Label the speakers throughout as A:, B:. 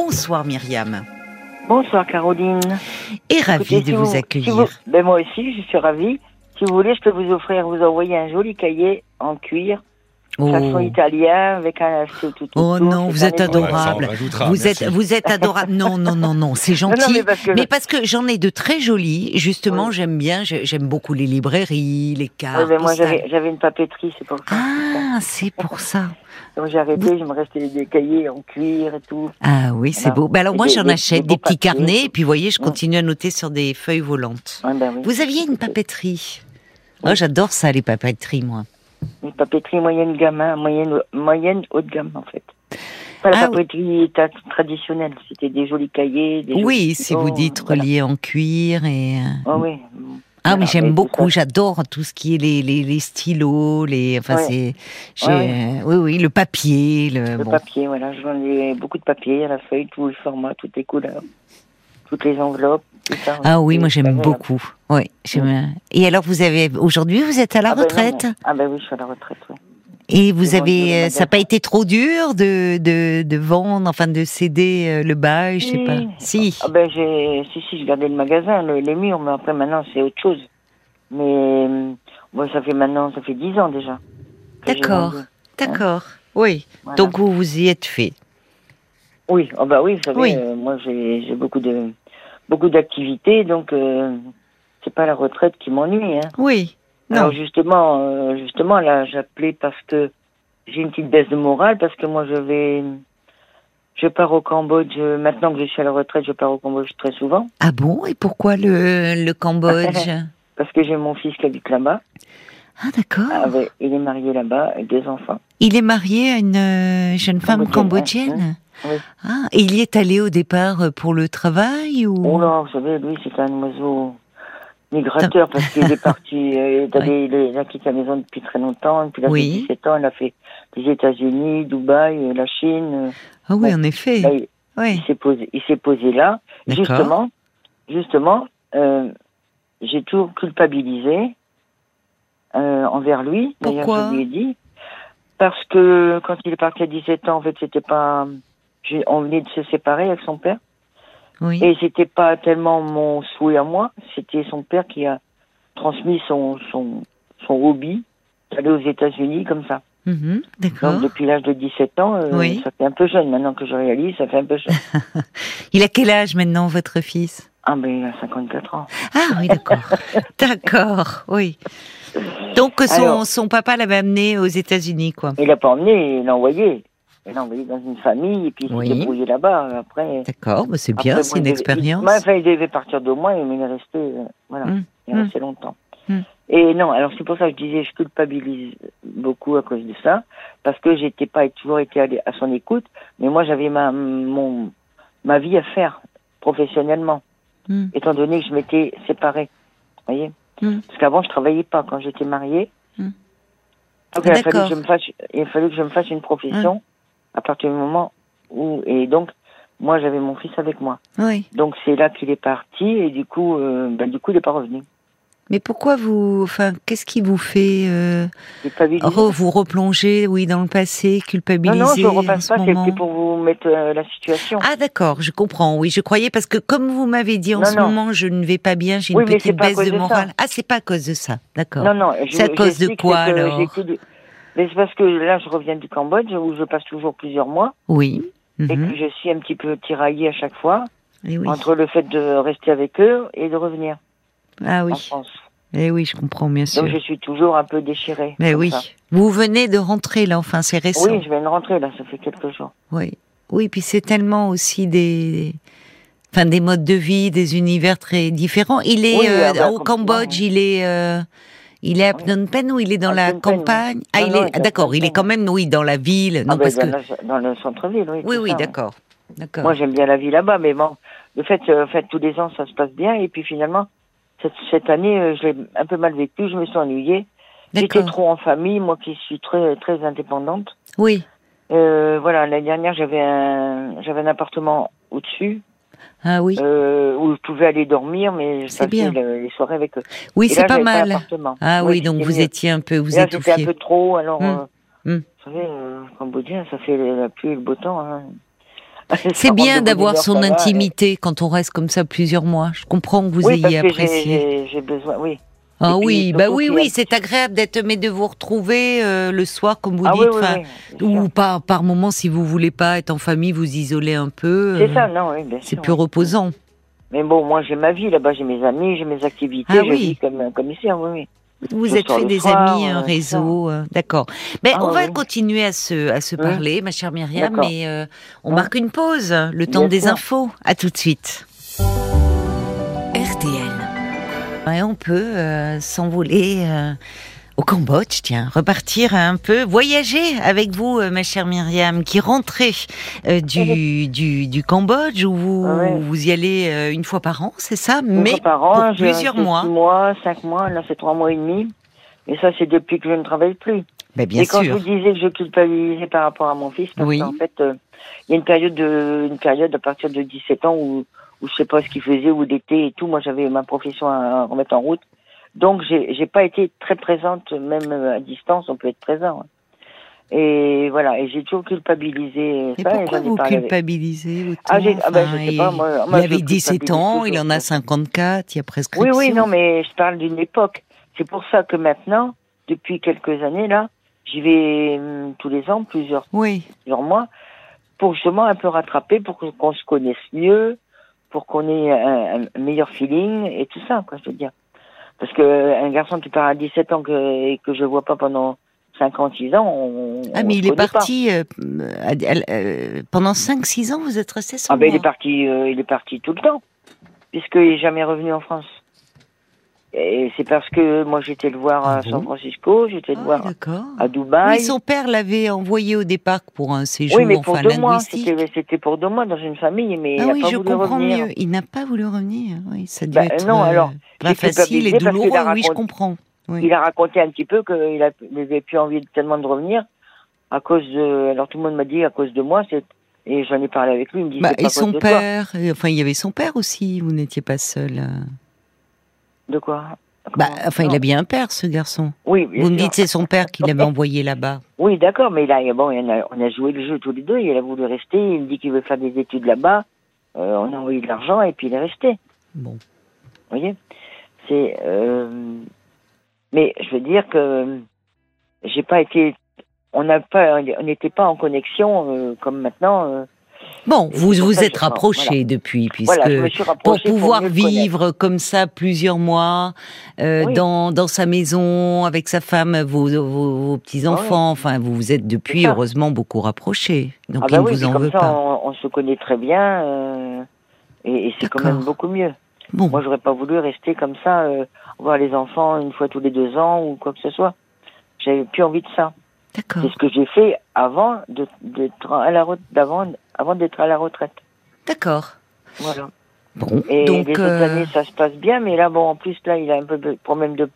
A: Bonsoir Myriam.
B: Bonsoir Caroline.
A: Et ravie
B: Écoutez, si
A: de vous
B: si
A: accueillir.
B: vous- ben moi aussi, je suis ravie. Si vous voulez, je peux vous offrir, vous envoyer un joli cahier en cuir, façon
A: Oh.
B: italien, avec un tout tout.
A: Oh non, vous êtes adorable.
C: on rajoutera,
A: vous
C: merci.
A: êtes, vous êtes adorable. Non, non, non, non, c'est
B: Non, non,
A: gentil.
B: mais parce que
A: mais parce que j'en ai de très jolis. Justement, j'aime bien. j'ai- J'aime beaucoup les librairies, les
B: Ouais,
A: cartes.
B: ben moi,
A: postales.
B: j'avais j'avais une papeterie, c'est pour ça.
A: Ah, c'est pour ça.
B: Donc j'ai arrêté, je me restais des cahiers en cuir et tout.
A: Ah oui, c'est
B: Voilà.
A: beau. Bah alors
B: Et
A: moi,
B: des-
A: j'en
B: des-
A: achète
B: des
A: des
B: beaux
A: petits
B: papiers.
A: carnets. Et puis, voyez, je
B: Mm.
A: continue à noter sur des feuilles volantes.
B: Ouais, ben oui.
A: Vous aviez une papeterie. Oh, j'adore ça, les papeteries, moi.
B: Une papeterie moyenne gamme, hein, moyenne, moyenne haut de gamme en fait. Pas la
A: Ah oui.
B: papeterie ta- traditionnelle, c'était des jolis cahiers. Des
A: Oui,
B: jolis
A: si vous
B: stylos,
A: dites
B: voilà.
A: relié en cuir et. euh,
B: Ah oui.
A: Ah, mais
B: Voilà,
A: j'aime
B: tout
A: beaucoup,
B: ça.
A: j'adore tout ce qui est les, les, les stylos, les. Enfin,
B: Ouais.
A: c'est. j'ai- euh,
B: Ouais,
A: Oui, oui, le papier, le.
B: Le
A: bon.
B: papier, voilà, je vends des- beaucoup de papier, à la feuille, tout le format, toutes les couleurs, toutes les enveloppes, tout ça. ben,
A: Ah oui, moi
B: C'est
A: j'aime
B: agréable.
A: beaucoup. Oui, j'aime. Et alors, vous avez. Aujourd'hui, vous êtes à la
B: Ah ben non,
A: retraite
B: mais- Ah ben oui, je suis à la retraite, oui.
A: et vous
B: j'ai vendu
A: avez.
B: le
A: euh, Ça n'a pas été trop dur de, de, de vendre, enfin, de céder euh, le bail, je sais pas. Si.
B: Ah ben j'ai, si si, je gardais le magasin, le- les murs, mais après maintenant c'est autre chose. Mais euh, bon, ça fait maintenant, ça fait dix ans déjà. que j'ai
A: D'accord.
B: vendu.
A: D'accord. Oui.
B: Voilà.
A: Donc, vous vous y êtes fait.
B: Oui, ah bah oui, vous savez,
A: Oui.
B: euh, moi j'ai j'ai beaucoup de beaucoup d'activités, donc euh, c'est pas la retraite qui m'ennuie. Hein.
A: Oui. Non.
B: Alors justement, euh, justement là, j'appelais parce que j'ai une petite baisse de morale parce que moi je vais, je pars au Cambodge. euh, Maintenant que je suis à la retraite, je pars au Cambodge très souvent
A: Ah bon Et pourquoi le, le Cambodge
B: parce que j'ai mon fils qui habite là-bas.
A: Ah, d'accord.
B: avec- Il est marié là-bas, avec deux enfants.
A: Il est marié à une euh, jeune femme
B: Cambodgienne,
A: cambodgienne.
B: hein, oui.
A: Ah, et il y est allé au départ euh, pour le travail ou
B: Oh là, vous savez, lui c'est un oiseau migrateur parce qu'il est parti, euh, il, est allé- il est- il a quitté la maison depuis très longtemps. Depuis l'âge
A: Oui.
B: de 17 ans, il a fait les États-Unis, Dubaï, euh, la Chine.
A: Ah oui, en effet.
B: Là, il-
A: Oui,
B: il s'est posé, il s'est posé là.
A: D'accord.
B: Bah Justement, justement, euh, j'ai tout culpabilisé euh, envers lui. D'ailleurs,
A: Pourquoi
B: je lui ai dit parce que quand il est parti à 17 ans, en fait, c'était pas, j'ai- on venait de se séparer avec son père,
A: oui.
B: et c'était pas tellement mon souhait à moi, c'était son père qui a transmis son son son hobby d'aller aux États-Unis comme ça.
A: Mhm, D'accord.
B: Donc depuis l'âge de 17 ans, euh,
A: Oui.
B: ça fait un peu jeune. Maintenant que je réalise, ça fait un peu jeune.
A: Il a quel âge maintenant, votre fils
B: ah mais il a 54 ans.
A: Ah oui, d'accord. d'accord, oui. Donc que son,
B: Alors-
A: son papa l'avait amené aux États-Unis, quoi.
B: Il l'a pas emmené, il l'a envoyé. Il l'a envoyé dans une famille et puis il s'est
A: Oui.
B: débrouillé là-bas. hein, Après,
A: D'accord, bah, c'est
B: après,
A: bien,
B: bon,
A: c'est une
B: il devait-
A: expérience.
B: Il, ouais, enfin, il devait partir deux mois, mais il est resté, euh, voilà,
A: Mm.
B: il est resté longtemps.
A: Mm.
B: Et non, alors c'est pour ça que je disais, je culpabilise beaucoup à cause de ça, parce que j'étais pas toujours été à, à son écoute, mais moi j'avais ma mon ma vie à faire professionnellement,
A: Mm.
B: étant donné que je m'étais séparée, vous voyez.
A: Mm.
B: Parce qu'avant je travaillais pas quand j'étais mariée.
A: Mm.
B: Donc, il a fallu
A: D'accord. Hmm.
B: que je me fasse, il a fallu que je me fasse une profession à partir du moment où et donc moi j'avais mon fils avec moi.
A: Oui.
B: Donc c'est là qu'il est parti et du coup, euh, ben, du coup il n'est pas revenu.
A: Mais pourquoi vous, enfin, qu'est-ce qui vous fait euh,
B: J'ai pas vu.
A: re- vous replonger, oui, dans le passé,
B: Ah non
A: culpabiliser
B: non, je
A: en
B: repasse
A: ce
B: pas.
A: moment
B: C'était pour vous mettre euh, la situation.
A: Ah d'accord, je comprends. Oui, je croyais parce que comme vous m'avez dit en
B: Non,
A: ce
B: non.
A: moment, je ne vais pas bien, j'ai
B: Oui,
A: une
B: mais c'est
A: petite
B: pas à
A: baisse
B: cause
A: de
B: de ça.
A: morale. ah, c'est pas à cause de ça, d'accord.
B: non non. je-
A: C'est à cause de
B: j'explique,
A: quoi,
B: c'est que
A: alors
B: j'ai tout de- Mais c'est parce que là je reviens du Cambodge où je passe toujours plusieurs mois
A: Oui.
B: et
A: Mhm.
B: que je suis un petit peu tiraillée à chaque fois
A: Eh oui.
B: entre le fait de rester avec eux et de revenir
A: Ah
B: en
A: oui.
B: France.
A: Eh oui, je comprends bien sûr.
B: Donc je suis toujours un peu déchirée.
A: Mais
B: comme
A: oui.
B: ça.
A: Vous venez de rentrer là, enfin, c'est récent.
B: Oui, je viens de rentrer là, ça fait quelques jours.
A: Oui. Oui, puis c'est tellement aussi des, enfin, des modes de vie, des univers très différents. Il est
B: Oui,
A: euh,
B: ah bah,
A: au
B: complètement,
A: Cambodge, il est, euh, il est à
B: Oui.
A: Phnom Penh ou il est dans
B: À
A: la
B: Phnom Penh, oui.
A: campagne Ah,
B: Non,
A: il
B: non, il
A: est,
B: est à
A: d'accord,
B: Phnom
A: il est
B: Penh,
A: quand même, oui, dans la ville.
B: Ah
A: Non,
B: ben,
A: parce que,
B: dans, le- dans le centre-ville, oui.
A: oui,
B: c'est
A: oui,
B: ça, hein.
A: d'accord, d'accord.
B: Moi, j'aime bien la vie là-bas, mais bon, le fait, euh, en fait, tous les ans, ça se passe bien. Et puis finalement, cette, cette année, euh, je l'ai un peu mal vécu, je me suis ennuyée. J'étais
A: D'accord.
B: trop en famille, moi qui suis très, très indépendante.
A: Oui.
B: Euh, voilà, l'année dernière, j'avais un, j'avais un appartement au-dessus,
A: Ah oui.
B: euh, où je pouvais aller dormir, mais je
A: C'est bien.
B: passais le- les soirées avec eux.
A: oui,
B: Et
A: c'est
B: là,
A: pas
B: j'avais un
A: mal.
B: appartement.
A: Ah oui,
B: Ouais,
A: donc
B: c'était
A: vous
B: mieux.
A: étiez un peu, vous
B: Là, c'était un
A: étouffiez.
B: peu trop, alors,
A: Mm.
B: euh,
A: Mm.
B: vous savez, euh, Cambodgien, ça fait la pluie et le beau temps, hein.
A: C'est bien d'avoir son intimité quand on reste comme ça plusieurs mois. Je comprends que vous
B: oui, parce
A: ayez
B: que
A: apprécié.
B: j'ai- hein. j'ai- J'ai besoin, oui.
A: Ah
B: Et puis,
A: oui,
B: surtout
A: bah oui,
B: qu'il y a-
A: oui, c'est agréable d'être, mais de vous retrouver euh, le soir, comme vous
B: ah oui,
A: dites,
B: oui,
A: enfin,
B: oui, bien sûr.
A: ou par par moment, si vous voulez pas être en famille, vous isoler un peu.
B: C'est
A: euh,
B: ça, non, oui, bien
A: C'est
B: sûr.
A: plus reposant.
B: Mais bon, moi j'ai ma vie là-bas, j'ai mes amis, j'ai mes activités,
A: Ah
B: je
A: oui.
B: vis comme, comme ici, hein, oui, oui.
A: Vous
B: Je
A: êtes
B: sors
A: fait
B: le
A: des
B: soir,
A: amis, un
B: euh,
A: réseau, euh, d'accord. Ben,
B: Ah
A: on va
B: oui.
A: continuer à se, à se
B: Oui.
A: parler, ma chère Myriam,
B: D'accord.
A: mais euh, on
B: Oui.
A: marque une pause, le temps
B: Bien
A: des
B: sûr.
A: infos. À tout de suite.
C: RTL.
A: Ouais, on peut euh, s'envoler euh, au Cambodge, tiens, repartir un peu, voyager avec vous, euh, ma chère Myriam, qui rentrez euh, du, du, du Cambodge, où vous,
B: Ah ouais.
A: vous y allez euh, une fois par an, c'est ça
B: Une
A: Mais
B: fois par an,
A: pour
B: j'ai
A: plusieurs
B: resté
A: mois.
B: Six mois, cinq mois, là c'est trois mois et demi. Et ça, c'est depuis que je ne travaille plus.
A: ben, bien
B: et quand je
A: sûr.
B: vous disais que je culpabilisais par rapport à mon fils, parce
A: Oui.
B: qu'en fait, euh, il y a une période, de, une période à partir de 17 ans où, où je sais pas ce qu'il faisait, où il était et tout. Moi, j'avais ma profession à remettre en route. Donc, j'ai j'ai pas été très présente, même euh, à distance, on peut être présent. hein. Et voilà, et j'ai toujours culpabilisé euh,
A: Mais
B: ça. et
A: pourquoi
B: j'en ai
A: vous
B: parlé avec-
A: culpabilisez autant
B: Ah, j'ai- ah ben, je
A: Enfin,
B: sais pas,
A: il-
B: moi- moi,
A: il
B: je
A: avait 17
B: culpabilise
A: ans, il
B: toujours,
A: en a
B: quoi.
A: 54, il y a
B: Oui,
A: prescription.
B: oui, non, mais je parle d'une époque. C'est pour ça que maintenant, depuis quelques années, là, j'y vais hum, tous les ans, plusieurs,
A: Oui.
B: plusieurs mois, pour justement un peu rattraper, pour que- qu'on se connaisse mieux, pour qu'on ait un, un meilleur feeling et tout ça, quoi, je veux dire. Parce que euh, un garçon qui part à 17 ans que, et que je vois pas pendant 56 ans, on,
A: Ah,
B: on
A: mais
B: se
A: il est
B: connaît pas.
A: parti euh, à- à- euh, pendant 5-6 ans, vous êtes resté sans
B: Ah ben il
A: moi.
B: est parti, euh, il est parti tout le temps, puisqu'il est jamais revenu en France. Et c'est parce que moi j'étais le voir
A: Ah
B: à
A: bon
B: San Francisco, j'étais le
A: Ah,
B: voir
A: d'accord.
B: à
A: Mais
B: Dubaï.
A: son père l'avait envoyé au départ pour un séjour
B: oui, mais pour
A: enfin,
B: deux mois,
A: linguistique.
B: c'était c'était pour deux mois dans une famille, mais
A: ah
B: il a
A: oui,
B: pas
A: je
B: voulu
A: comprends
B: revenir.
A: mieux. Il n'a pas voulu revenir. Oui, ça a dû
B: Bah,
A: être
B: non,
A: euh,
B: alors,
A: pas
B: j'ai
A: facile et
B: culpabilisé parce qu'il a
A: douloureux. Oui, je
B: raconté-
A: comprends. Oui.
B: Il a raconté un petit peu qu'il a- il avait plus envie tellement de revenir à cause de. Alors tout le monde m'a dit à cause de moi, c'est et j'en ai parlé avec lui, il me dit
A: Bah,
B: c'est pas
A: et
B: à cause
A: son
B: de toi.
A: père, et- enfin, il y avait son père aussi, vous n'étiez pas seul. euh.
B: De quoi
A: Bah,
B: Comment
A: enfin, il
B: Non.
A: a bien un père, ce garçon.
B: Oui, bien
A: Vous me
B: sûr.
A: dites c'est son père qui l'avait envoyé là-bas.
B: Oui, d'accord, mais là, bon, il y en a- on a joué le jeu tous les deux. Il a voulu rester. Il me dit qu'il veut faire des études là-bas. Euh, on a envoyé de l'argent et puis il est resté. Vous
A: Bon.
B: voyez C'est. euh, Mais je veux dire que j'ai pas été. On n'a pas. On n'était pas en connexion euh, comme maintenant. euh.
A: Bon,
B: Et
A: vous
B: c'est pour
A: vous
B: ça que
A: êtes
B: je- bon,
A: rapprochés
B: voilà.
A: depuis, puisque
B: Voilà, je me suis
A: pour
B: rapprochée
A: pouvoir
B: mieux le connaître.
A: vivre comme ça plusieurs mois euh,
B: Oui.
A: dans, dans sa maison avec sa femme, vos, vos, vos petits enfants, enfin vous vous êtes depuis
B: C'est ça.
A: heureusement beaucoup rapprochés. Donc
B: Ah
A: il
B: bah
A: ne
B: oui,
A: vous
B: puis
A: en
B: comme
A: veut
B: ça,
A: pas.
B: on, on se connaît très bien. euh, Et, et c'est quand
A: D'accord.
B: même beaucoup mieux.
A: Bon,
B: Moi, j'aurais pas voulu rester comme ça, euh, voir les enfants une fois tous les deux ans ou quoi que ce soit. J'avais plus envie de ça.
A: d'accord,
B: C'est ce que j'ai fait avant de- d'être à la re- d'avant avant d'être à la retraite.
A: d'accord.
B: Voilà.
A: Bon,
B: Et les
A: donc
B: autres
A: euh,
B: années, ça se passe bien, mais là, bon, en plus, là, il a un peu de problème de,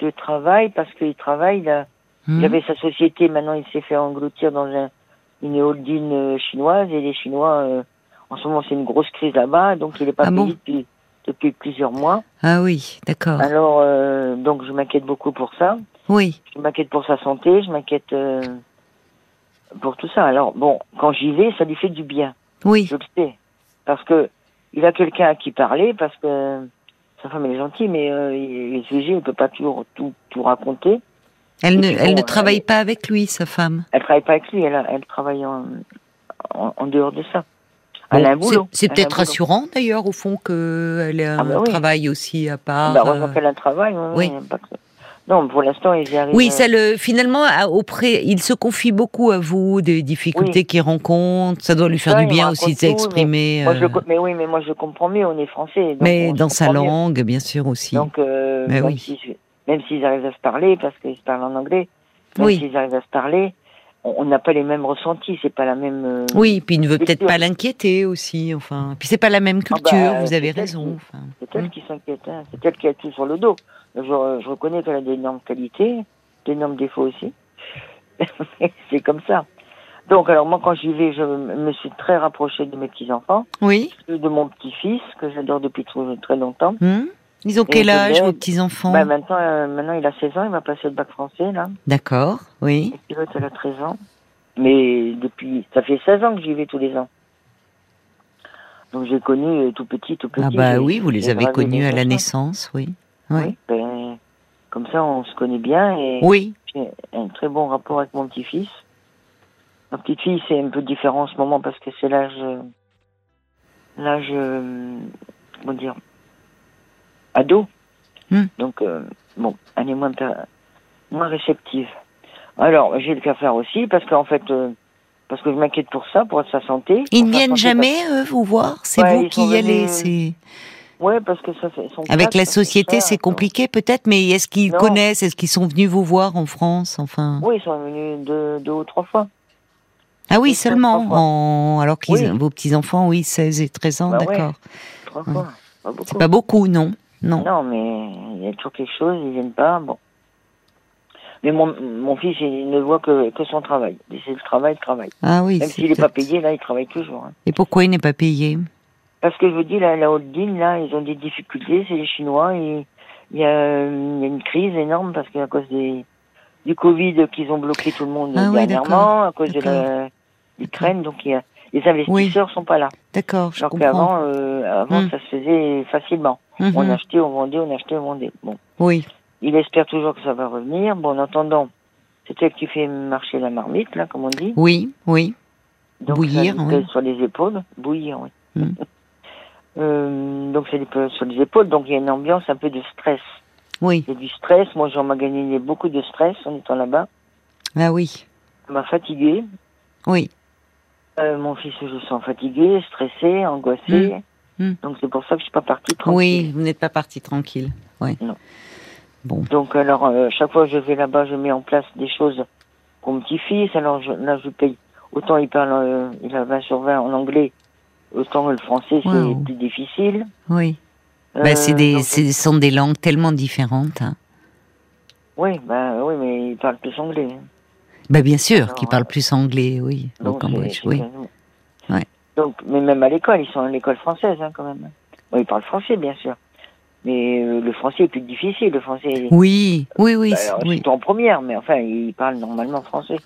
B: de travail parce qu'il travaille. Il, a-
A: hmm,
B: il avait sa société, maintenant, il s'est fait engloutir dans un, une holding euh, chinoise et les Chinois, euh, en ce moment, c'est une grosse crise là-bas, donc il n'est pas
A: Ah
B: payé
A: bon
B: depuis, depuis plusieurs mois.
A: ah oui, d'accord,
B: Alors, euh, donc, je m'inquiète beaucoup pour ça.
A: oui,
B: Je m'inquiète pour sa santé, je m'inquiète euh, pour tout ça. Alors bon, quand j'y vais, ça lui fait du bien,
A: oui,
B: je le sais, parce que il a quelqu'un à qui parler, parce que euh, sa femme elle est gentille, mais euh, il est sujet, il peut pas toujours tout tout raconter.
A: elle ne,
B: puis
A: elle
B: bon,
A: ne
B: euh,
A: travaille pas avec lui, sa femme.
B: Elle travaille pas avec lui, elle, a- elle travaille en, en, en dehors de ça.
A: Bon,
B: Elle a un
A: c'est-
B: boulot.
A: c'est
B: elle a un
A: peut-être
B: boulot.
A: rassurant d'ailleurs au fond qu'elle ait un
B: Ah bah oui.
A: travail aussi à part.
B: Bah,
A: euh,
B: heureusement qu'elle a un travail. ouais,
A: oui.
B: ouais, pas que ça. Non, pour l'instant, ils y arrivent.
A: Oui,
B: euh,
A: ça le finalement à- auprès, il se confie beaucoup à vous des difficultés qu'il rencontre. Ça doit lui faire
B: Ça,
A: du
B: il
A: bien
B: me
A: aussi de
B: raconte tout, mais
A: s'exprimer,
B: moi, je le
A: euh,
B: co- mais oui, mais moi je comprends mieux. On est français. donc
A: mais
B: on se
A: dans sa
B: comprend mieux.
A: langue, bien sûr aussi.
B: Donc, euh,
A: Mais
B: même,
A: oui.
B: si je- même s'ils arrivent à se parler, parce qu'ils se parlent en anglais, même
A: Oui.
B: s'ils arrivent à se parler, on on n'a pas les mêmes ressentis, c'est pas la même. euh,
A: oui, puis il ne veut
B: bien
A: peut-être
B: sûr.
A: pas l'inquiéter aussi. Enfin, puis c'est pas la même
B: Ah bah,
A: culture. vous avez
B: peut-être,
A: raison.
B: oui.
A: enfin.
B: C'est elle qui s'inquiète, hein, c'est elle qui a tout sur le dos. Je, je reconnais qu'elle a d'énormes qualités, d'énormes défauts aussi. c'est comme ça. Donc, alors moi, quand j'y vais, je me suis très rapprochée de mes petits-enfants,
A: Oui.
B: de mon petit-fils, que j'adore depuis tr- très longtemps.
A: Hum Ils ont
B: Et
A: quel
B: je
A: âge
B: vais-
A: vos petits enfants
B: Bah, maintenant, euh, maintenant, il a 16 ans, il m'a passé le bac français, là.
A: D'accord. Oui.
B: Et puis l'autre, elle a 13 ans. Mais depuis, ça fait 16 ans que j'y vais tous les ans. Donc j'ai connu euh, tout petit, tout petit.
A: Ah bah
B: j'ai-
A: oui, vous les
B: j'ai
A: avez
B: gravé
A: connus
B: des
A: à la
B: enfants.
A: naissance, oui. Oui.
B: Oui, ben, comme ça, on se connaît bien et
A: Oui.
B: j'ai un très bon rapport avec mon petit-fils. Ma petite-fille, c'est un peu différent en ce moment parce que c'est l'âge. euh, L'âge. euh, Comment dire Ado.
A: Hmm.
B: Donc, euh, bon, elle est moins, per- moins réceptive. Alors, j'ai le cas faire aussi parce qu'en fait. euh, parce que je m'inquiète pour ça, pour sa santé.
A: Ils
B: Pour
A: ne
B: sa
A: viennent
B: santé,
A: jamais, eux, vous voir C'est
B: Ouais,
A: vous
B: ils sont
A: qui y allez
B: venus- euh,
A: c'est-
B: parce- Ouais, parce que ça fait. son
A: Avec
B: père,
A: la
B: ça fait
A: société,
B: cher,
A: c'est
B: donc-
A: compliqué peut-être, mais est-ce qu'ils
B: Non.
A: connaissent Est-ce qu'ils sont venus vous voir en France Enfin.
B: Oui, ils sont venus deux, deux ou trois fois.
A: Ah oui,
B: Oui, ça,
A: seulement
B: parfois.
A: en... Alors que
B: Oui.
A: vos petits-enfants, oui, 16 et 13 ans,
B: Bah ouais,
A: d'accord.
B: Trois
A: Ouais.
B: fois. Pas beaucoup.
A: C'est pas beaucoup, non Non.
B: Non, mais il y a toujours quelque chose, ils viennent pas, bon. Mais mon, mon fils, il ne voit que, que son travail. Et C'est le travail, le travail.
A: Ah oui.
B: Même
A: c'est
B: s'il n'est pas
A: peut-être-
B: payé, là, il travaille toujours. hein.
A: Et pourquoi il n'est pas payé
B: Parce que je vous dis, là, la holding, là, ils ont des difficultés, c'est les Chinois, et il y, a, euh, il y a une crise énorme parce qu'à cause des, du Covid qu'ils ont bloqué tout le monde
A: Ah oui,
B: dernièrement, à cause de
A: d'accord.
B: la- l'Ukraine, donc il y a- les investisseurs sont pas là.
A: D'accord, je
B: Alors
A: comprends.
B: qu'avant, euh, avant,
A: Hmm.
B: ça se faisait facilement.
A: Mhm.
B: On achetait, on vendait, on achetait, on vendait. Bon.
A: Oui,
B: Il espère toujours que ça va revenir. Bon, en attendant, c'est elle qui fait marcher la marmite, là, comme on dit.
A: oui, oui.
B: Donc,
A: Bouillir,
B: ça lui
A: oui.
B: pèse sur les épaules. Bouillir, oui.
A: Mm.
B: Euh, donc, ça lui pèse sur les épaules. Donc, il y a une ambiance un peu de stress.
A: Oui.
B: Il y a du stress. Moi, j'ai emmagasiné beaucoup de stress en étant là-bas.
A: Ah oui.
B: Ça m'a fatigué.
A: Oui.
B: Euh, mon fils, je le sens fatigué, stressé, angoissé.
A: Mm. Mm.
B: Donc, c'est pour ça que je suis pas partie tranquille.
A: Oui, vous n'êtes pas parti tranquille. Oui.
B: Non.
A: Bon.
B: Donc alors, euh, chaque fois que je vais là-bas, je mets en place des choses pour mon petit-fils. Alors je, là, je paye. Autant il parle, euh, il a 20 sur 20 en anglais, autant le français, c'est
A: Wow.
B: plus difficile.
A: Oui.
B: Euh,
A: Bah, c'est des,
B: donc-
A: c'est- ce sont des langues tellement différentes. hein.
B: Oui, bah, oui, mais il parle plus anglais. hein.
A: Bah, bien sûr,
B: Alors,
A: qu'ils parlent
B: euh,
A: plus anglais, oui, au
B: Donc, c'est-
A: Cambodge,
B: c'est
A: oui.
B: quasiment-
A: Ouais.
B: Donc, mais même à l'école, ils sont à l'école française hein, quand même. Bon, ils parlent français, bien sûr. Mais euh, le français est plus difficile. Le français, est-
A: Oui, oui, oui,
B: Bah,
A: c'est-
B: alors,
A: oui.
B: surtout en première, mais enfin, ils parlent normalement français.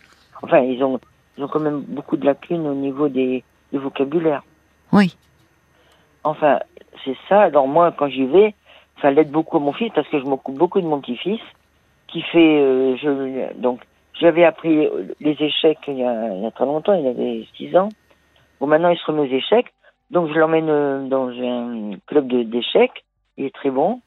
B: Enfin, ils ont, ils ont quand même beaucoup de lacunes au niveau des, du vocabulaire.
A: Oui.
B: Enfin, c'est ça. Alors moi, quand j'y vais, ça l'aide beaucoup à mon fils parce que je m'occupe beaucoup de mon petit-fils qui fait... euh, je, donc, j'avais appris euh, les échecs il y, a, il y a très longtemps, il avait 6 ans. Bon, maintenant, il se remet aux échecs. Donc, je l'emmène euh, dans un club de- d'échecs. Il est très bon.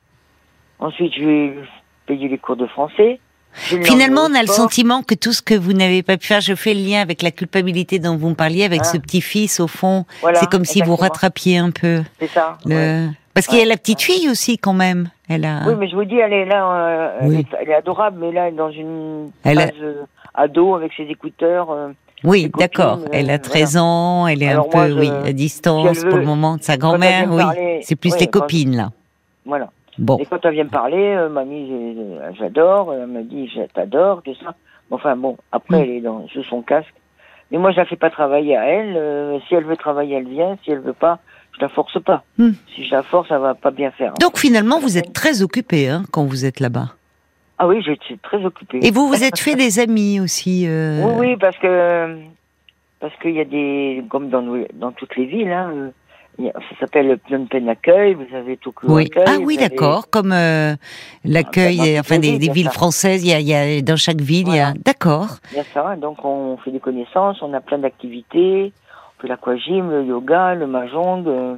B: Ensuite, je vais lui payer les cours de français. Je l'emmène
A: Finalement,
B: au
A: on a le
B: sport.
A: sentiment que tout ce que vous n'avez pas pu faire, je fais le lien avec la culpabilité dont vous me parliez, avec
B: Ah.
A: ce petit-fils, au fond.
B: Voilà,
A: c'est comme si vous
B: exactement.
A: rattrapiez un peu.
B: C'est ça. ouais.
A: Le... Parce qu'il y a
B: Ouais.
A: la petite fille aussi, quand même. Elle a.
B: Oui, mais je vous dis, elle est là, euh, elle,
A: Oui.
B: est, elle est adorable, mais là, elle est dans une
A: Elle a-
B: phase euh, ado avec ses écouteurs. euh,
A: Oui,
B: les copines,
A: d'accord.
B: euh,
A: Elle a 13 ans, elle est
B: Alors
A: un
B: moi,
A: peu
B: je-
A: oui,
B: si
A: à
B: elle
A: distance pour
B: veut-
A: le moment de sa
B: quand elle vient
A: grand-mère,
B: me
A: oui.
B: parler-
A: C'est plus
B: oui,
A: les
B: quand-
A: copines, là.
B: Voilà.
A: Bon,
B: Et quand elle vient me parler, euh, mamie, j'ai- euh, j'adore, elle me dit, je t'adore, tout ça. Enfin bon, après,
A: Mm.
B: elle est dans, sous son casque. Mais moi, je la fais pas travailler à elle. euh, si elle veut travailler, elle vient. Si elle veut pas, je la force pas.
A: Mm.
B: Si je la force, elle va pas bien faire.
A: donc finalement, vous êtes très occupé hein, quand vous êtes là-bas.
B: Ah oui, je suis très occupée.
A: Et vous, vous êtes fait des amis aussi. euh,
B: Oui, oui, parce que parce qu'il y a des comme dans nos- dans toutes les villes, hein, euh, il y a- ça s'appelle le Phnom Penh accueil. Vous avez tout que
A: Oui.
B: accueil.
A: Ah oui,
B: vous avez-
A: d'accord. Comme euh, l'accueil,
B: Ah, bah, dans
A: et- enfin
B: toutes les
A: des, des
B: villes,
A: villes
B: ça.
A: françaises, il y a, il y a dans chaque ville, il y a.
B: Voilà.
A: D'accord.
B: Il y a ça. Donc on fait des connaissances, on a plein d'activités. On fait l'aquagym, le yoga, le mahjong. euh.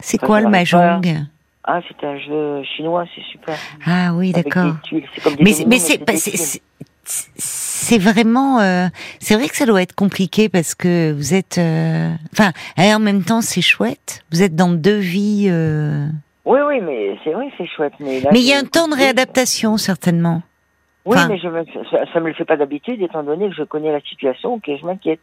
A: C'est
B: Ça,
A: quoi
B: je
A: le
B: n'arrive pas.
A: mahjong
B: Ah, c'est un jeu chinois, c'est super.
A: Ah oui,
B: Avec
A: d'accord.
B: des tuiles, c'est comme des
A: Mais
B: dominos,
A: mais c'est
B: des
A: pas- c'est-
B: tuiles.
A: c'est c'est vraiment euh, c'est vrai que ça doit être compliqué parce que vous êtes euh, enfin et en même temps c'est chouette. Vous êtes dans deux vies. euh,
B: Oui, oui, mais c'est oui, c'est chouette. Mais là,
A: Mais il y a
B: j'ai-
A: un temps de réadaptation certainement.
B: Oui,
A: Enfin-
B: mais je me, ça, ça me le fait pas d'habitude, étant donné que je connais la situation, que je m'inquiète.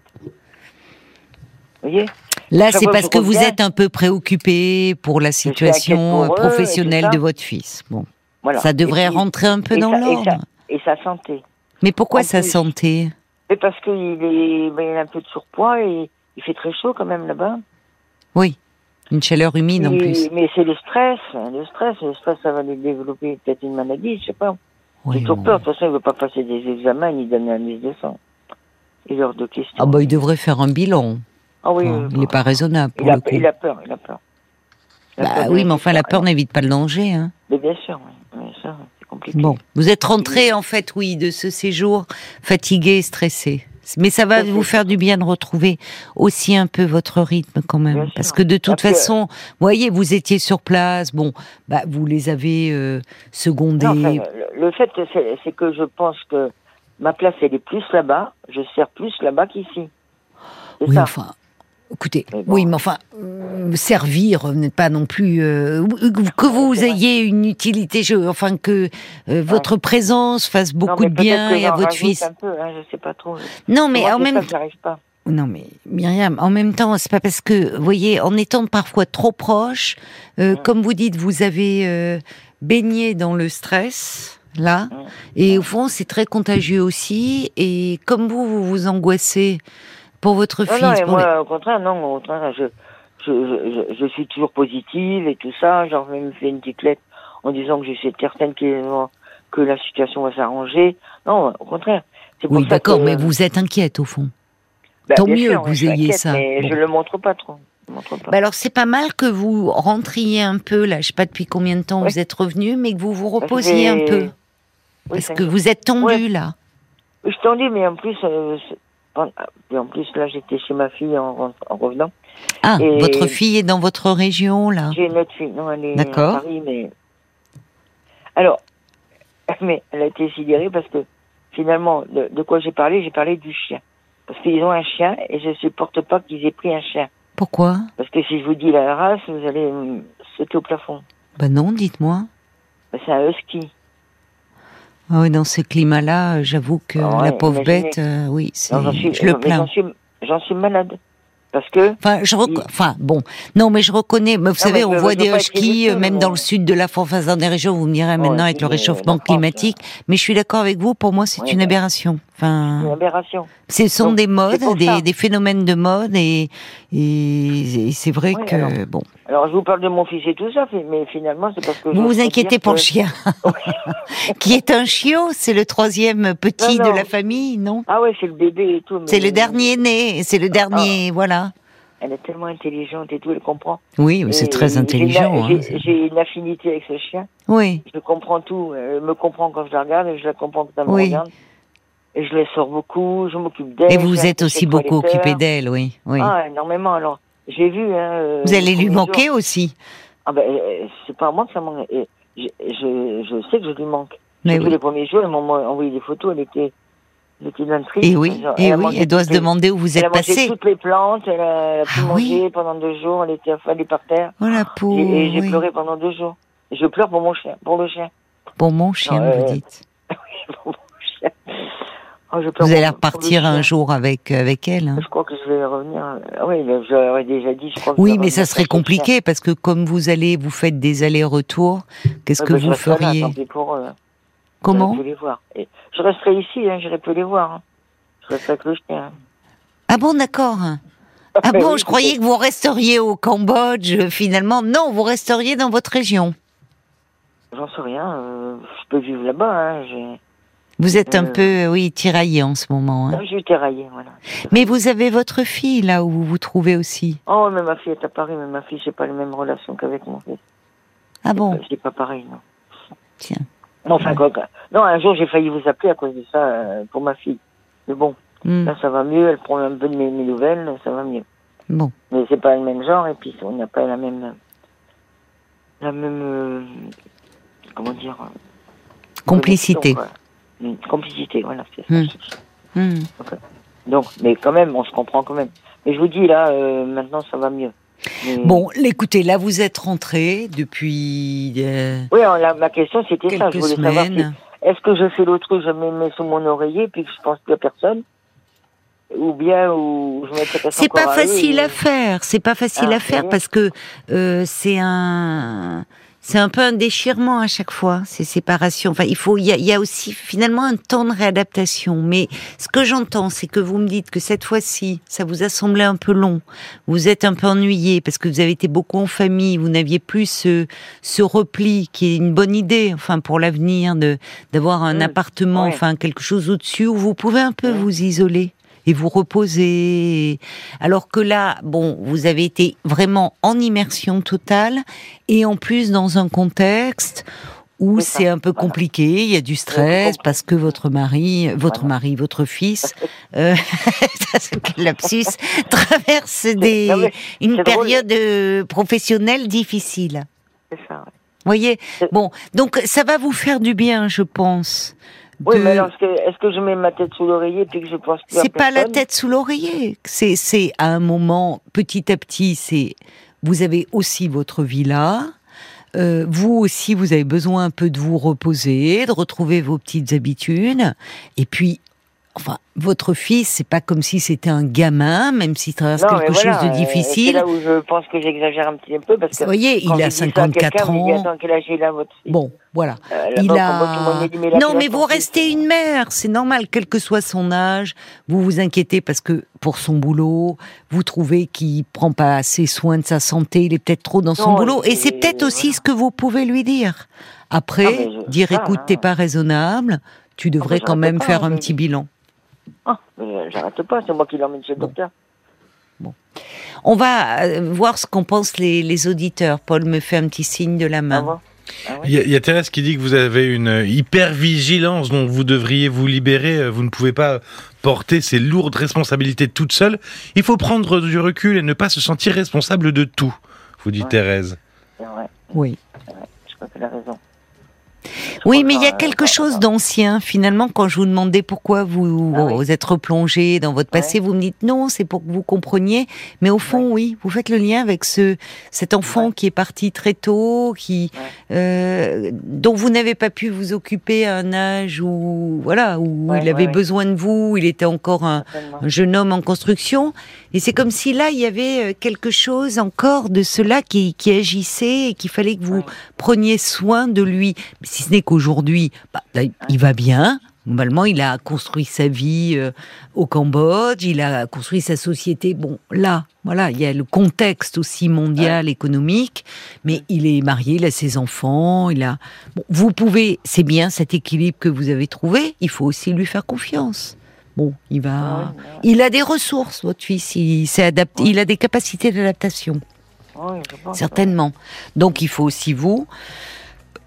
B: Vous voyez
A: Là,
B: Ça
A: c'est
B: va,
A: parce
B: je
A: que vous
B: reviens.
A: êtes un peu préoccupé pour la
B: suis
A: situation euh,
B: inquiète pour eux,
A: professionnelle
B: et tout
A: de
B: ça.
A: votre fils. Bon,
B: Voilà.
A: ça devrait
B: Et puis-
A: rentrer un peu
B: et
A: dans
B: ça- et ça-
A: l'ordre.
B: Et sa santé.
A: Mais pourquoi
B: en
A: sa
B: plus.
A: santé
B: Mais parce qu'il est, ben, il a un peu de surpoids et il fait très chaud quand même là-bas.
A: Oui, une chaleur humide en
B: Et-
A: plus.
B: Mais c'est le stress, hein, le stress, le stress, ça va lui développer peut-être une maladie, je sais pas.
A: Oui,
B: J'ai toujours
A: bon.
B: peur. De toute façon, il veut pas passer des examens ni d'analyse de sang. Et l'heure de questions.
A: bah, Ah bah il devrait faire un bilan.
B: Ah oui,
A: Bon,
B: euh,
A: il n'est pas raisonnable pour
B: il, a,
A: le coup.
B: il a peur, il a peur. Il a
A: Bah
B: peur de
A: oui, mais enfin, la
B: réussir.
A: peur n'évite pas le danger. hein.
B: Mais bien sûr, oui, bien sûr, c'est compliqué.
A: Bon, vous êtes rentré en fait, oui, de ce séjour fatigué, stressé. Mais ça va
B: Tout à
A: vous
B: fait.
A: faire du bien de retrouver aussi un peu votre rythme quand même,
B: Bien sûr.
A: parce que de toute
B: Parce que-
A: façon, voyez, vous étiez sur place, bon, bah vous les avez euh, secondés.
B: Non, enfin, le, le fait, c'est c'est que je pense que ma place, elle est plus là-bas, je sers plus là-bas qu'ici. C'est
A: oui,
B: ça.
A: enfin. Écoutez,
B: Mais bon.
A: oui, mais enfin, euh, servir, vous n'êtes pas non plus euh, que vous
B: c'est vrai.
A: ayez une utilité, je, enfin que euh, votre présence fasse
B: Non,
A: beaucoup
B: mais
A: de
B: peut-être
A: bien
B: que
A: et à
B: j'en
A: votre
B: rajoute
A: fils.
B: Un peu, hein, je sais pas trop.
A: Non, mais
B: Moi,
A: en
B: c'est
A: même
B: ça
A: temps.
B: que j'arrive pas.
A: Non mais Myriam, en même temps, c'est pas parce que, vous voyez, en étant parfois trop proche, euh,
B: Mm.
A: comme vous dites, vous avez euh, baigné dans le stress là,
B: Mm.
A: et au fond, c'est très contagieux aussi. Et comme vous, vous vous angoissez pour votre
B: Non,
A: fils.
B: non, et
A: pour les-
B: moi, au contraire, non, au contraire, je, je, je, je- je suis toujours positive et tout ça. J'en ai même fait une petite lettre en disant que je suis certaine que, que la situation va s'arranger. Non, au contraire. C'est pour
A: Oui,
B: ça
A: d'accord,
B: que- euh,
A: mais vous êtes inquiète au fond.
B: Bah,
A: tant
B: bien
A: mieux
B: sûr,
A: que
B: oui,
A: vous
B: je
A: ayez
B: m'inquiète,
A: ça.
B: Mais
A: Bon.
B: je le montre pas trop. Je le montre pas.
A: Bah alors c'est pas mal que vous rentriez un peu là. Je sais pas depuis combien de temps
B: Ouais.
A: vous êtes revenu, mais que vous vous
B: Bah, je
A: reposiez un
B: vais-
A: peu,
B: Oui,
A: parce
B: ça-
A: que vous êtes tendu
B: Ouais.
A: là.
B: Je t'en dis, mais en plus, euh, c'est- en- et en plus, là, j'étais chez ma fille en, en revenant.
A: Ah,
B: Et-
A: votre fille est dans votre région là.
B: J'ai une autre fille, non, elle est à
A: D'accord.
B: Paris, mais. Alors, mais elle a été sidérée parce que finalement, de, de quoi j'ai parlé J'ai parlé du chien. Parce qu'ils ont un chien et je supporte pas qu'ils aient pris un chien.
A: Pourquoi
B: Parce que si je vous dis la race, vous allez hum, sauter au plafond.
A: Ben non, dites-moi.
B: Mais c'est un husky.
A: Ah oui, dans ce climat-là, euh, j'avoue que
B: Ah ouais,
A: la pauvre
B: imaginez.
A: bête, euh, oui, c'est-
B: Non, j'en suis,
A: je le
B: non, mais j'en
A: plains.
B: suis, j'en suis malade. Parce que.
A: Enfin, je rec-
B: Il-
A: enfin, bon, non, mais je reconnais. Mais vous savez,
B: Mm. Ah, mais
A: on
B: je-
A: voit
B: je veux
A: des
B: pas être
A: huskies, euh,
B: ridicule,
A: même
B: mais-
A: dans le sud de la France, enfin, dans des régions. Vous me direz maintenant
B: Ouais,
A: avec le
B: mais euh, la
A: réchauffement
B: France,
A: climatique. Mais je suis d'accord avec vous. Pour moi, c'est
B: euh, Ouais,
A: une
B: bah.
A: aberration.
B: C'est une
A: Enfin,
B: aberration.
A: ce sont
B: Donc,
A: des modes,
B: c'est pour
A: des,
B: ça.
A: des phénomènes de mode, et, et, et c'est vrai
B: Ouais,
A: que
B: alors.
A: bon,
B: Alors, je vous parle de mon fils et tout ça, fi- mais finalement, c'est parce que.
A: vous
B: j'ose
A: vous
B: pas
A: inquiétez
B: dire
A: pour
B: que-
A: le chien, qui est un chiot. C'est le troisième petit
B: Non,
A: de
B: non.
A: la famille, non
B: Ah ouais, c'est le bébé et tout. mais- Ah,
A: C'est le dernier né, c'est le dernier, voilà.
B: Elle est tellement intelligente et tout, elle comprend.
A: Oui,
B: Et
A: c'est très
B: j'ai une-
A: intelligent.
B: j'ai-
A: hein.
B: J'ai une affinité avec ce chien.
A: Oui,
B: Je comprends tout. Elle me comprend quand je la regarde et je la comprends quand elle me
A: Oui.
B: regarde. Et je les sors beaucoup, je m'occupe d'elle.
A: et
B: je
A: vous
B: la
A: êtes
B: fais
A: aussi
B: chez le
A: beaucoup
B: toiletteur.
A: occupé d'elle, oui. oui.
B: Ah, énormément. Alors, j'ai vu. Hein, euh,
A: vous
B: les
A: allez lui
B: premiers jours.
A: manquer aussi.
B: Ah ben, euh, c'est pas à moi que ça manque. Et je, je, je sais que je lui manque.
A: Mais
B: Surtout
A: oui.
B: les premiers jours, ils m'ont envoyé des photos. Elle était, elle était dans le triste.
A: Et oui,
B: Genre,
A: et
B: a
A: oui,
B: mangé
A: elle doit
B: toutes
A: se
B: les-
A: demander où vous
B: Elle a
A: êtes
B: mangé
A: passé.
B: toutes les plantes. Elle a, elle a pu
A: Ah oui.
B: manger pendant deux jours. Elle était affalée par terre.
A: Oh la
B: J'ai-
A: pauvre.
B: Et j'ai
A: oui.
B: pleuré pendant deux jours. Et je pleure pour mon chien, pour le chien.
A: Pour mon chien,
B: Non,
A: vous
B: euh,
A: dites.
B: Pour mon chien. Oh, je pleure
A: Vous
B: pour-
A: allez
B: pour le
A: repartir
B: chien.
A: un jour avec, avec elle. hein.
B: Je crois que je vais revenir. Ah Oui, mais je l'aurais déjà dit. Je crois que je
A: Oui,
B: vais
A: mais ça
B: revenir
A: serait
B: chercher le chien.
A: compliqué parce que comme vous allez, vous faites des allers-retours, qu'est-ce
B: Ouais,
A: que
B: bah, je
A: vous
B: resterai là,
A: feriez
B: tant pis pour eux.
A: Comment
B: J'irai plus les voir. Et je resterai ici, hein, j'irai plus les voir. hein. Je resterai avec le chien.
A: Ah bon, d'accord. Ah bon, je croyais que vous resteriez au Cambodge, euh, finalement. Non, vous resteriez dans votre région.
B: J'en sais rien. euh, je peux vivre là-bas. Hein, j'ai-
A: Vous êtes un
B: Euh.
A: peu, euh, oui, tiraillé en ce moment. hein.
B: Non, je vais terrailler, voilà.
A: Mais vous avez votre fille là où vous vous trouvez aussi.
B: Oh, mais ma fille est à Paris, mais ma fille, j'ai pas les mêmes relations qu'avec mon fils.
A: Ah bon
B: C'est pas pareil, non.
A: Tiens.
B: Non, enfin, quoi, quoi. non, un jour j'ai failli vous appeler à cause de ça euh, pour ma fille. Mais bon,
A: hmm,
B: là ça va mieux, elle prend un peu de mes, mes nouvelles, ça va mieux.
A: Bon.
B: Mais c'est pas le même genre et puis on n'a pas la même. La même. euh, comment dire euh,
A: Complicité.
B: connexion, quoi. Mm, complicité, voilà, c'est ça.
A: Mm.
B: Mmh.
A: Hmm.
B: Donc, mais quand même, on se comprend quand même. Mais je vous dis là, euh, maintenant ça va mieux. Mais-
A: Bon, écoutez, là vous êtes rentré depuis euh,
B: Oui, alors, la- ma question c'était ça, je
A: quelques
B: voulais savoir si
A: semaines.
B: Est-ce que je fais l'autruche, je me mets sous mon oreiller puis que je pense plus à personne Ou bien ou je mets peut-être
A: C'est
B: encore
A: pas
B: à eux,
A: facile
B: mais-
A: à faire. C'est pas facile
B: Ah,
A: à faire
B: oui.
A: parce que euh, c'est un, c'est un peu un déchirement à chaque fois ces séparations. Enfin, il faut, il y a, il y a aussi finalement un temps de réadaptation. Mais ce que j'entends, c'est que vous me dites que cette fois-ci, ça vous a semblé un peu long. Vous êtes un peu ennuyé parce que vous avez été beaucoup en famille. Vous n'aviez plus ce, ce repli qui est une bonne idée, enfin pour l'avenir, de d'avoir un
B: Mm,
A: appartement,
B: ouais. Mmh.
A: enfin quelque chose au-dessus où vous pouvez un peu
B: Ouais.
A: vous isoler et vous reposer. Alors que là, bon, vous avez été vraiment en immersion totale et en plus dans un contexte où
B: C'est ça,
A: c'est un peu
B: voilà.
A: compliqué, il y a du stress
B: compliqué.
A: parce que votre mari, votre
B: Voilà.
A: mari, votre fils, euh, ça, c'est quel lapsus, traverse des,
B: Non, mais
A: une
B: c'est drôle.
A: période euh, professionnelle difficile.
B: c'est ça. ouais.
A: Voyez,
B: C'est-
A: bon, donc ça va vous faire du bien, je pense.
B: Oui,
A: de-
B: mais alors, est-ce que, est-ce que je mets ma tête sous l'oreiller puis que je pense plus à
A: c'est pas la
B: personne
A: tête sous l'oreiller. C'est, c'est à un moment, petit à petit, c'est vous avez aussi votre vie là. Euh, vous aussi, vous avez besoin un peu de vous reposer, de retrouver vos petites habitudes. Et puis, enfin, votre fils, c'est pas comme si c'était un gamin, même s'il traverse
B: Non, mais
A: quelque
B: voilà,
A: chose de
B: euh, C'est
A: difficile.
B: là où je pense que j'exagère un petit peu parce que.
A: Vous voyez,
B: quand
A: il
B: je
A: a
B: dis ça à quelqu'un,
A: 54
B: je lui dis,
A: ans.
B: Attends, quel âge il a votre fils
A: Bon, voilà.
B: Euh, là-bas,
A: Il
B: pour
A: a.
B: moi, tout le monde me dit, là,
A: non,
B: quel
A: mais
B: âge
A: vous
B: ton fils
A: restez une mère, c'est normal, quel que soit son âge. Vous vous inquiétez parce que pour son boulot, vous trouvez qu'il prend pas assez soin de sa santé, il est peut-être trop dans son
B: Non,
A: boulot. Et
B: et-
A: c'est peut-être aussi
B: voilà.
A: ce que vous pouvez lui dire.
B: Ah,
A: Après,
B: mais je-
A: dire
B: ça,
A: écoute,
B: hein. Ah,
A: t'es pas raisonnable, tu devrais
B: mais
A: quand
B: j'en
A: même
B: peux pas, hein,
A: faire un
B: mais-
A: petit bilan.
B: Ah, mais j'arrête pas, c'est moi qui l'emmène chez le
A: Bon.
B: docteur.
A: On va euh, voir ce qu'en pensent les, les auditeurs. Paul me fait un petit signe de la
B: Au
A: main.
B: revoir. Ah ouais.
C: Il y, a- il y a Thérèse qui dit que vous avez une hypervigilance dont vous devriez vous libérer. Euh, Vous ne pouvez pas porter ces lourdes responsabilités toute seule. Il faut prendre du recul et ne pas se sentir responsable de tout, vous dit
B: Ouais.
C: Thérèse.
B: C'est vrai,
A: oui.
B: je crois qu'elle a raison. Je
A: Oui,
B: crois
A: mais il y a
B: qu'elle
A: quelque chose d'ancien. Finalement, quand je vous demandais pourquoi vous,
B: Ah oui.
A: vous êtes replongé dans votre passé, vous me dites non, c'est pour que vous compreniez. Mais au fond, oui, vous faites le lien avec ce cet enfant qui est parti très tôt, qui euh, dont vous n'avez pas pu vous occuper à un âge où voilà où
B: Ouais,
A: il avait
B: ouais, ouais.
A: besoin de vous, il était encore un,
B: certainement.
A: un jeune homme en construction. Et c'est comme si là, il y avait euh, quelque chose encore de cela qui, qui agissait et qu'il fallait que vous
B: Ouais.
A: preniez soin de lui. Mais si ce n'est qu'aujourd'hui, bah, d'ailleurs, il va bien. Normalement, il a construit sa vie euh, au Cambodge, il a construit sa société. Bon, là, voilà, il y a le contexte aussi mondial, économique, mais il est marié, il a ses enfants, il a. Bon, vous pouvez, c'est bien cet équilibre que vous avez trouvé. Il faut aussi lui faire confiance. Bon, il va.
B: Ah ouais, ouais.
A: Il a des ressources, votre fils. Il s'est adapté. Il a des capacités d'adaptation,
B: Oui, je pense,
A: certainement. Donc, il faut aussi vous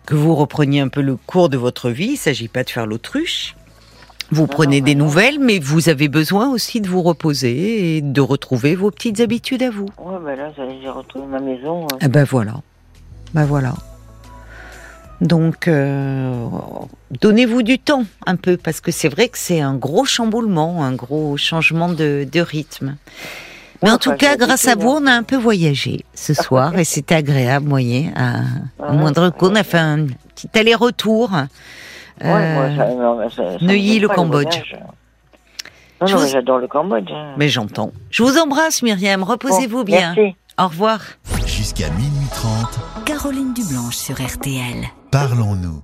A: que vous repreniez un peu le cours de votre vie. Il s'agit pas de faire l'autruche. Vous prenez
B: non,
A: des
B: non.
A: nouvelles, mais vous avez besoin aussi de vous reposer et de retrouver vos petites habitudes à vous.
B: Ouais, mais là, j'ai j'ai retrouvé ma maison. euh,
A: Eh ben voilà. Ben voilà. Donc, euh, donnez-vous du temps un peu, parce que c'est vrai que c'est un gros chamboulement, un gros changement de, de rythme. Mais
B: Ouais,
A: en tout
B: enfin,
A: cas,
B: j'ai
A: grâce à
B: l'habitude,
A: vous,
B: hein.
A: on a un peu voyagé ce soir, et c'était agréable, vous voyez, à, à
B: ouais,
A: moindre coût. On a
B: ouais.
A: fait un petit aller-retour.
B: Ouais,
A: Euh,
B: moi, ça- non, mais ça- ça me
A: Neuilly,
B: gêne
A: le
B: pas,
A: Cambodge.
B: voyage. Non,
A: Je
B: non,
A: vous-
B: mais j'adore le Cambodge. hein.
A: mais j'entends. Je vous embrasse, Myriam.
B: Bon,
A: Reposez-vous bien.
B: Merci.
A: Au revoir.
D: Jusqu'à minuit 30,
E: Caroline Dublanche sur RTL.
D: parlons-nous.